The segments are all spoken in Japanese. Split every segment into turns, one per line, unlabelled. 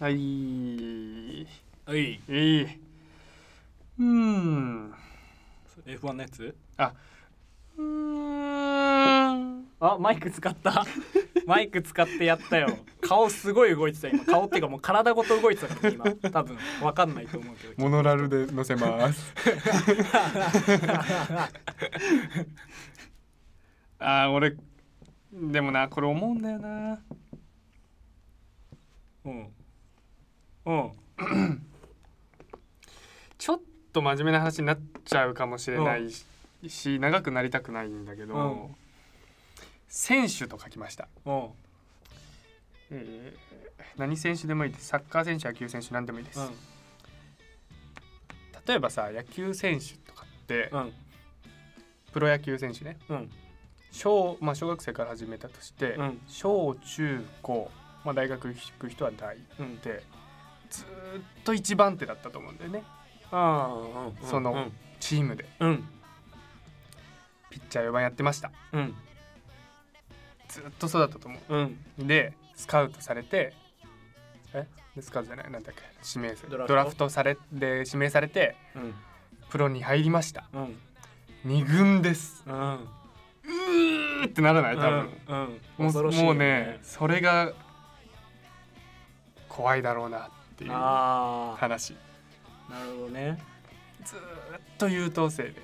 はい。
はい
えい。うーん。
F1 のやつ
うーん。
あマイク使った マイク使ってやったよ顔すごい動いてた今顔っていうかもう体ごと動いてたから今多分わかんないと思うけど
モノラルで載せます。
あー、俺。でもな、これ思うんだよな。
うんうん
ちょっと真面目な話になっちゃうかもしれないし、長くなりたくないんだけど、
うん
選手と書きました、
うん
えー何選手でもいいですサッカー選手野球選手何でもいいです、
うん
例えばさ野球選手とかって、
うん
プロ野球選手ね
うん
小,、まあ、小学生から始めたとして、
うん
小中高、まあ、大学行く人は大っ
うん
てずーっと一番手だったと思うんだよね
あーうん
そのチームで
うんうん
ピッチャー4番やってました
うん
ずーっとそうだったと思う
うん
でスカウトされてえでスカウトじゃないなんだっけ指名する
ドラフト
ドラフトされで指名されて
うん
プロに入りました
うん
二軍です
うん
うーってならない多分、
うん
も
恐ろ
う
しい
も
よ
うねそれが怖いだろうなっていう
ああ
話
なるほどね
ずーっと優等生で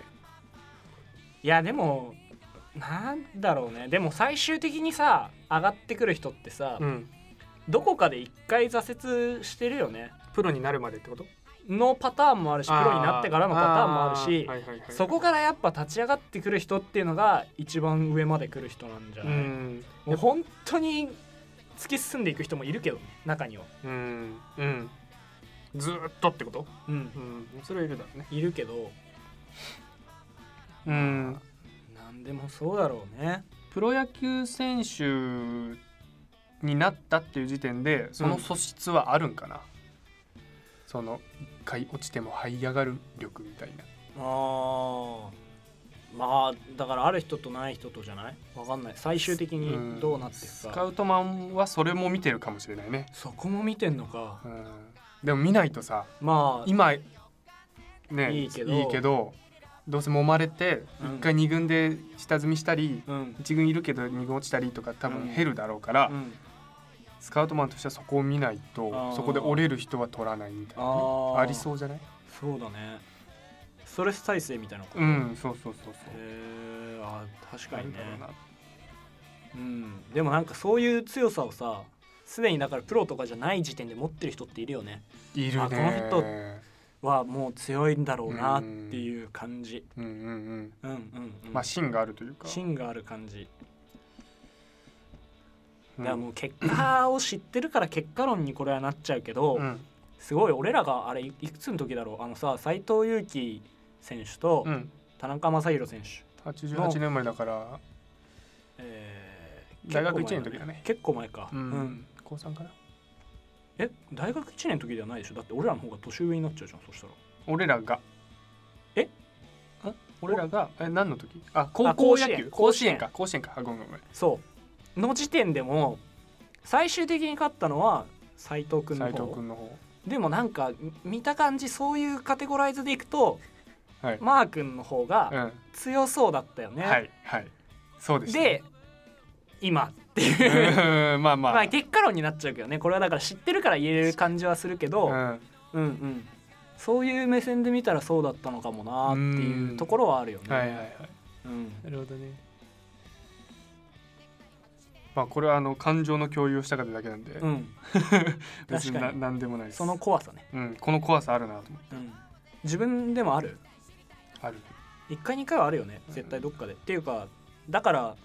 いやでもなんだろうねでも最終的にさ上がってくる人ってさ、
うん
どこかで一回挫折してるよね
プロになるまでってこと
のパターンもあるしプロになってからのパターンもあるし
ーはいはいはい
そこからやっぱ立ち上がってくる人っていうのが一番上まで来る人なんじゃ
う
ない、
ん
もう本当に突き進んでいく人もいるけどね中には、
うんうんずーっとってこと
うん
う、んそれはいるだろうね
いるけど
うん
なんでもそうだろうね
プロ野球選手になったっていう時点でその素質はあるんかな、その一回落ちても這い上がる力みたいな
あーまあだからある人とない人とじゃないわかんない最終的にどうなってい
ス
く
カ
か
ウトマンはそれも見てるかもしれないね、
そこも見てんのか
うん、でも見ないとさ
まあ
今ね
いいけど
どどうせ揉まれて
うん
一回二軍で下積みしたり、
うん
一軍いるけど二軍落ちたりとか多
うん
分減るだろうから、
うん
スカウトマンとしてはそこを見ない
あ
と
ー
そこで折れる人は取らないみたいなね、
あ
あ
ー
りそうじゃない
そうだねストレス耐性みたいなこと
うんそうそうそう
へ
そう
えあ確か
なん
にね
だろうな
うんでもなんかそういう強さをさすでにだからプロとかじゃない時点で持ってる人っているよね
いるね
あこの人はもう強いんだろうなっていう感じ
うんうんうん
うんうんうん
まあ芯があるというか
芯がある感じ
うん
だからもう結果を知ってるから結果論にこれはなっちゃうけど、
うん
すごい俺らがあれいいくつの時だろうあのさ斎藤佑樹選手と
うん
田中将大選手、
88年生まれだから
えー
大学一年の時だね
結構前か、
うん、
うん
高三かな
え大学1年の時ではないでしょだって俺らの方が年上になっちゃうじゃんそしたら
俺らが
え
あ俺らがえ何の時あ高
あ
校
甲子
野
園
球
甲
甲
子
子
園
園か甲子園かあごめんごめん
そうの時点でも最終的に勝ったのは斎藤君の
斉藤
方
君の方
でもなんかみ見た感じそういうカテゴライズでいくと、
はい
マー君の方
う
が
ん
強そうだったよね、
はいはいそうでした
で今っていう
うんまあまあ
まあ結果論になっちゃうけどねこれはだから知ってるから言える感じはするけど、
うん
うんうんそういう目線で見たらそうだったのかもなっていうところはあるよね。
はいはいはい
うん
なるほどねまあこれはあの感情の共有をしたかっただけなんで、
うん
別に
確
な
かに
なんでもないです
その怖さね、
うん、この怖さあるなと思って
うん、自分でもある
ある
1回2回はあるよね絶対どっかで。っていうかだから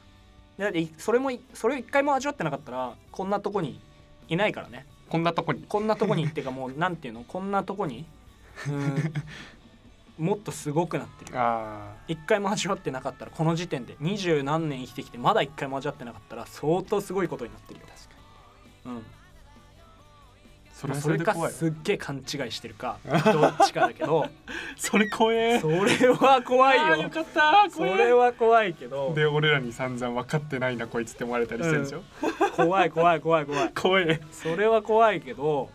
だっていそれもいそれを1回も味わってなかったらこんなとこにいないからね
こんなとこに
こんなとこにっていう かもうなんていうのこんなとこに、 うん、もっとすごくなってる。
あ
一回も味わってなかったらこの時点で二十何年生きてきてまだ一回も味わってなかったら相当すごいことになってるよ確かにうん
あそ
ま
れは
あそ
そ
れ
れで
か
怖い
すっげえ勘違いしてるかどっちかだけど
それ怖え
それは怖い
あー
よ
よかった
そ
怖
れ
え
は怖いけど
で俺らに散々分かってないなこいつって思われたりしてるでしょ、
怖い怖い怖い怖い
怖え
それは怖いけど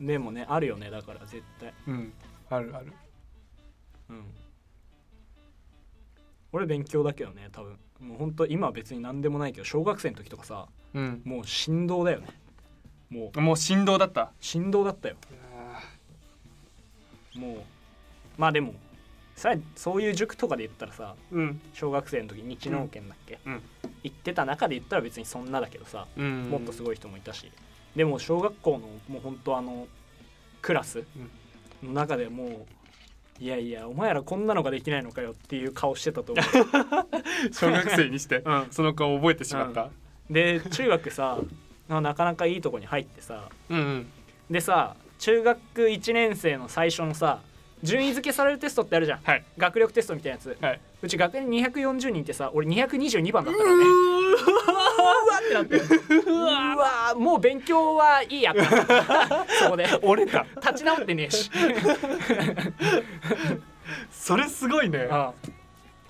でもねあるよねだから絶対
うんあるある
うん俺勉強だけどね多分もうほんと今は別に何でもないけど小学生の時とかさ
うん
もう振動だよねもう
もう振動だった
振動だったよもうまあでもさそういう塾とかで言ったらさ
うん
小学生の時日農研だっけ、
うんうん
行ってた中で言ったら別にそんなだけどさ、
うん
もっとすごい人もいたしでも小学校のもう本当あのクラスの中でもういやいやお前らこんなのができないのかよっていう顔してたと思
小学生にして
う、うん
その顔覚えてしまった
で中学さあなかなかいいとこに入ってさ
うんうん
でさ中学1年生の最初のさ順位付けされるテストってあるじゃん
はい
学力テストみたいなやつ
はいう
ち学年240人いてさ俺222番だったからねうわってなってうわもう勉強はいい やってなったそこで
折れた
立ち直ってね えし
それすごいね
あ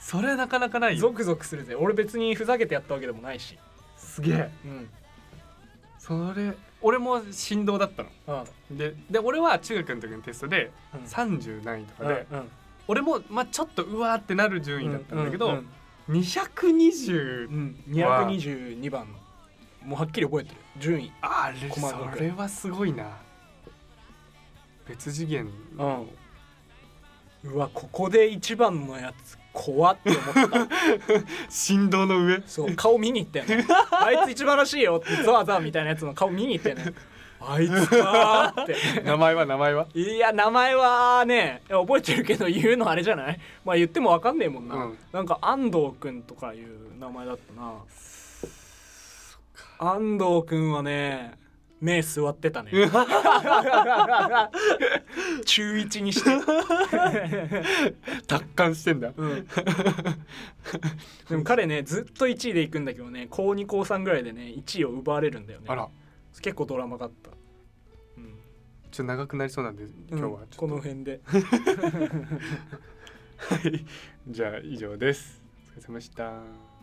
それなかなかな
あ
い
ゾ
よ
クゾクするぜ俺別にふざけてやったわけでもないし
すげえ
うん
それ俺も振動だったの
うん
でで俺は中学の時のテストで
うん
30何位とか
うん
で、俺も、まあ、ちょっとうわーってなる順位だったんだけど、
うんうん
220
うん222番もうはっきり覚えてる順位
あれ
細かく
それはすごいな別次元
うんうわここで一番のやつ怖って思った
振動の上
そう顔見に行った よねあいつ一番らしいよってザワザワみたいなやつの顔見に行ったよねあいつかーって
名前は名前は
いや名前はねいや覚えてるけど言うのあれじゃないまあ言ってもわかんねえもんな、
うん
なんか安藤くんとかいう名前だったな安藤くんはね目座っ てたね中一にして
達観してんだ
でも彼ねずっと1位で行くんだけどね高2高3ぐらいでね1位を奪われるんだよね
あら
結構ドラマがあった、うん、
ちょっと長くなりそうなんで今日は
うん
ちょ
こ
っと、
の辺で
はいじゃあ以上ですお疲れ様でした